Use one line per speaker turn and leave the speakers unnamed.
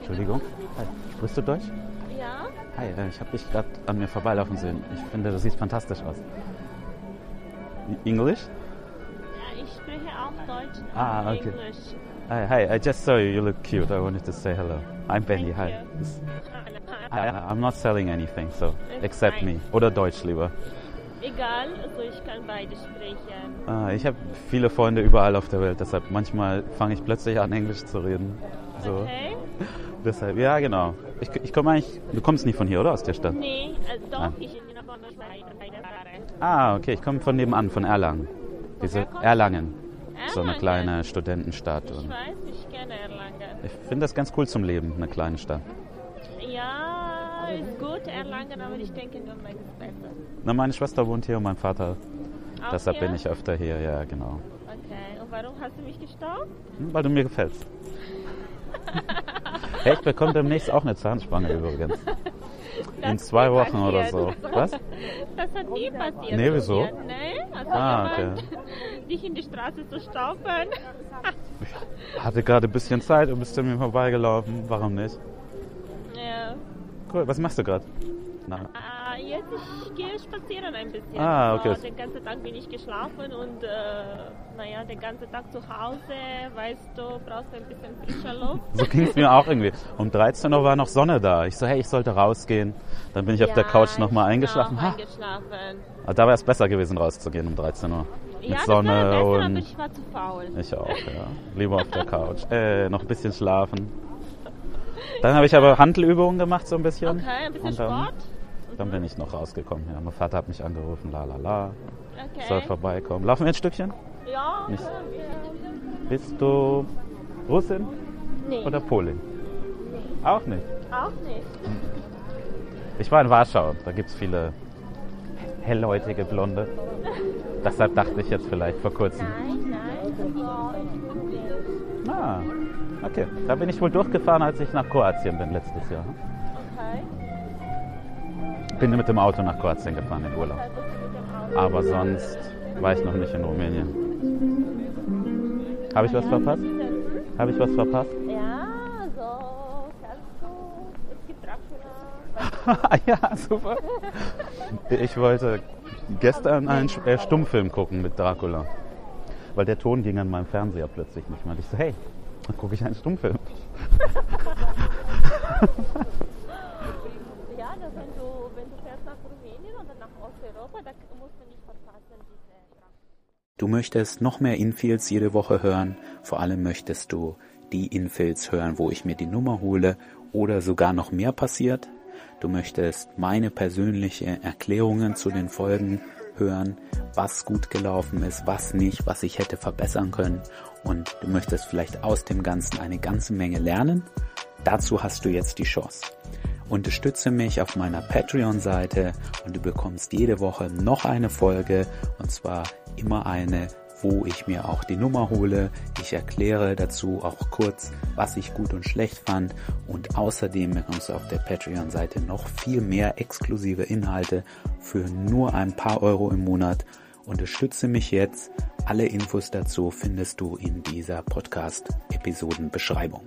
Entschuldigung. Hi. Sprichst du Deutsch?
Ja?
Hi, äh, ich habe dich gerade an mir vorbeilaufen sehen. Ich finde, du siehst fantastisch aus. English?
Ja, ich spreche auch Deutsch und
Ah, okay.
Englisch.
Hi, hi, I just saw you. You look cute. I wanted to say hello. I'm Benny.
Thank
Hi.
you. Ah,
I, I- I'm not selling anything, so
It's
accept
fine.
me. Oder Deutsch lieber.
Egal, also ich kann beide sprechen.
Ah, ich habe viele Freunde überall auf der Welt, deshalb manchmal fange ich plötzlich an, Englisch zu reden. So.
Okay?
Deshalb, ja, genau. Ich, ich komme eigentlich. Du kommst nicht von hier, oder? Aus der Stadt?
Nee, also
Ah.
doch, ich bin von der Schweiz.
Ah, okay, ich komme von nebenan, von Erlangen. Diese
Woher kommst du?
Erlangen. So eine
Erlangen?
kleine Studentenstadt.
Ich
Und
weiß, ich kenne Erlangen.
ich finde das ganz cool zum Leben, eine kleine Stadt.
Ja, ist gut, Erlangen, aber ich denke, Nürnberg ist besser.
Na, meine Schwester wohnt hier und mein Vater.
Auch
Deshalb
hier?
bin ich öfter hier, ja, genau.
Okay, und warum hast du mich gestaubt?
Hm, Weil du mir gefällst. hey, ich bekomme demnächst auch eine Zahnspange übrigens. In zwei Wochen oder so. Was?
Das hat nie passiert.
Nee, wieso?
Nee, also
Ah,
jemand, dich in die Straße zu stauben.
Hatte gerade ein bisschen Zeit und bist an mir vorbeigelaufen. Warum nicht?
Ja.
Cool, was machst du gerade? Na,
Ah, jetzt ich gehe spazieren ein bisschen.
Ah, okay.
So, den ganzen Tag bin ich geschlafen und äh, naja, den ganzen Tag zu Hause, weißt du, brauchst ein bisschen frische Luft.
so ging es mir auch irgendwie. Um 13 Uhr war noch Sonne da. Ich so, hey, ich sollte rausgehen. Dann bin ich auf der Couch nochmal eingeschlafen.
Ich
Ha,
bin auch eingeschlafen.
Aber Ah, da wäre es besser gewesen, rauszugehen um 13 Uhr. Mit
ja, das war
Sonne
besser,
und.
aber ich war zu faul.
Ich auch, ja. Lieber auf der Couch. Äh, noch ein bisschen schlafen. Dann habe ich aber Handelübungen gemacht, so ein bisschen.
Okay, ein bisschen
und dann,
Sport.
dann bin ich noch rausgekommen. Ja. Mein Vater hat mich angerufen, la la la.
Okay.
Soll vorbeikommen. Laufen wir ein Stückchen?
Ja,
Nicht-
können wir.
Bist du Russin
nee,
oder Polin? Auch nicht.
auch nicht.
Ich war in Warschau. Da gibt es viele hellhäutige Blonde. Deshalb dachte ich jetzt vielleicht vor kurzem.
Nein, nein. Ja,
Ah, okay. Da bin ich wohl durchgefahren, als ich nach Kroatien bin letztes Jahr.
okay.
Bin mit dem Auto nach Kroatien gefahren in Urlaub.
Dann bist du mit dem Auto.
Aber sonst war ich noch nicht in Rumänien. Habe ich was verpasst? Habe ich was verpasst?
Ja, so kannst du. Es gibt Dracula.
ja, super. Ich wollte gestern einen Sch- äh, Stummfilm gucken mit Dracula. Weil der Ton ging an meinem Fernseher plötzlich nicht mehr. Und Ich so, hey, dann gucke ich einen Stummfilm.
Ja, das wenn du, wenn du fährst nach Rumänien oder nach Osteuropa, da muss man nicht verpassen, diese Dracula.
Du möchtest noch mehr Infills jede Woche hören. Vor allem möchtest du die Infills hören, wo ich mir die Nummer hole oder sogar noch mehr passiert. Du möchtest meine persönliche Erklärungen zu den Folgen hören, was gut gelaufen ist, was nicht, was ich hätte verbessern können. Und du möchtest vielleicht aus dem Ganzen eine ganze Menge lernen. Dazu hast du jetzt die Chance. Unterstütze mich auf meiner Patreon-Seite und du bekommst jede Woche noch eine Folge und zwar immer eine, wo ich mir auch die Nummer hole. Ich erkläre dazu auch kurz, was ich gut und schlecht fand und außerdem bekommst du auf der Patreon-Seite noch viel mehr exklusive Inhalte für nur ein paar Euro im Monat. Unterstütze mich jetzt. Alle Infos dazu findest du in dieser Podcast-Episodenbeschreibung.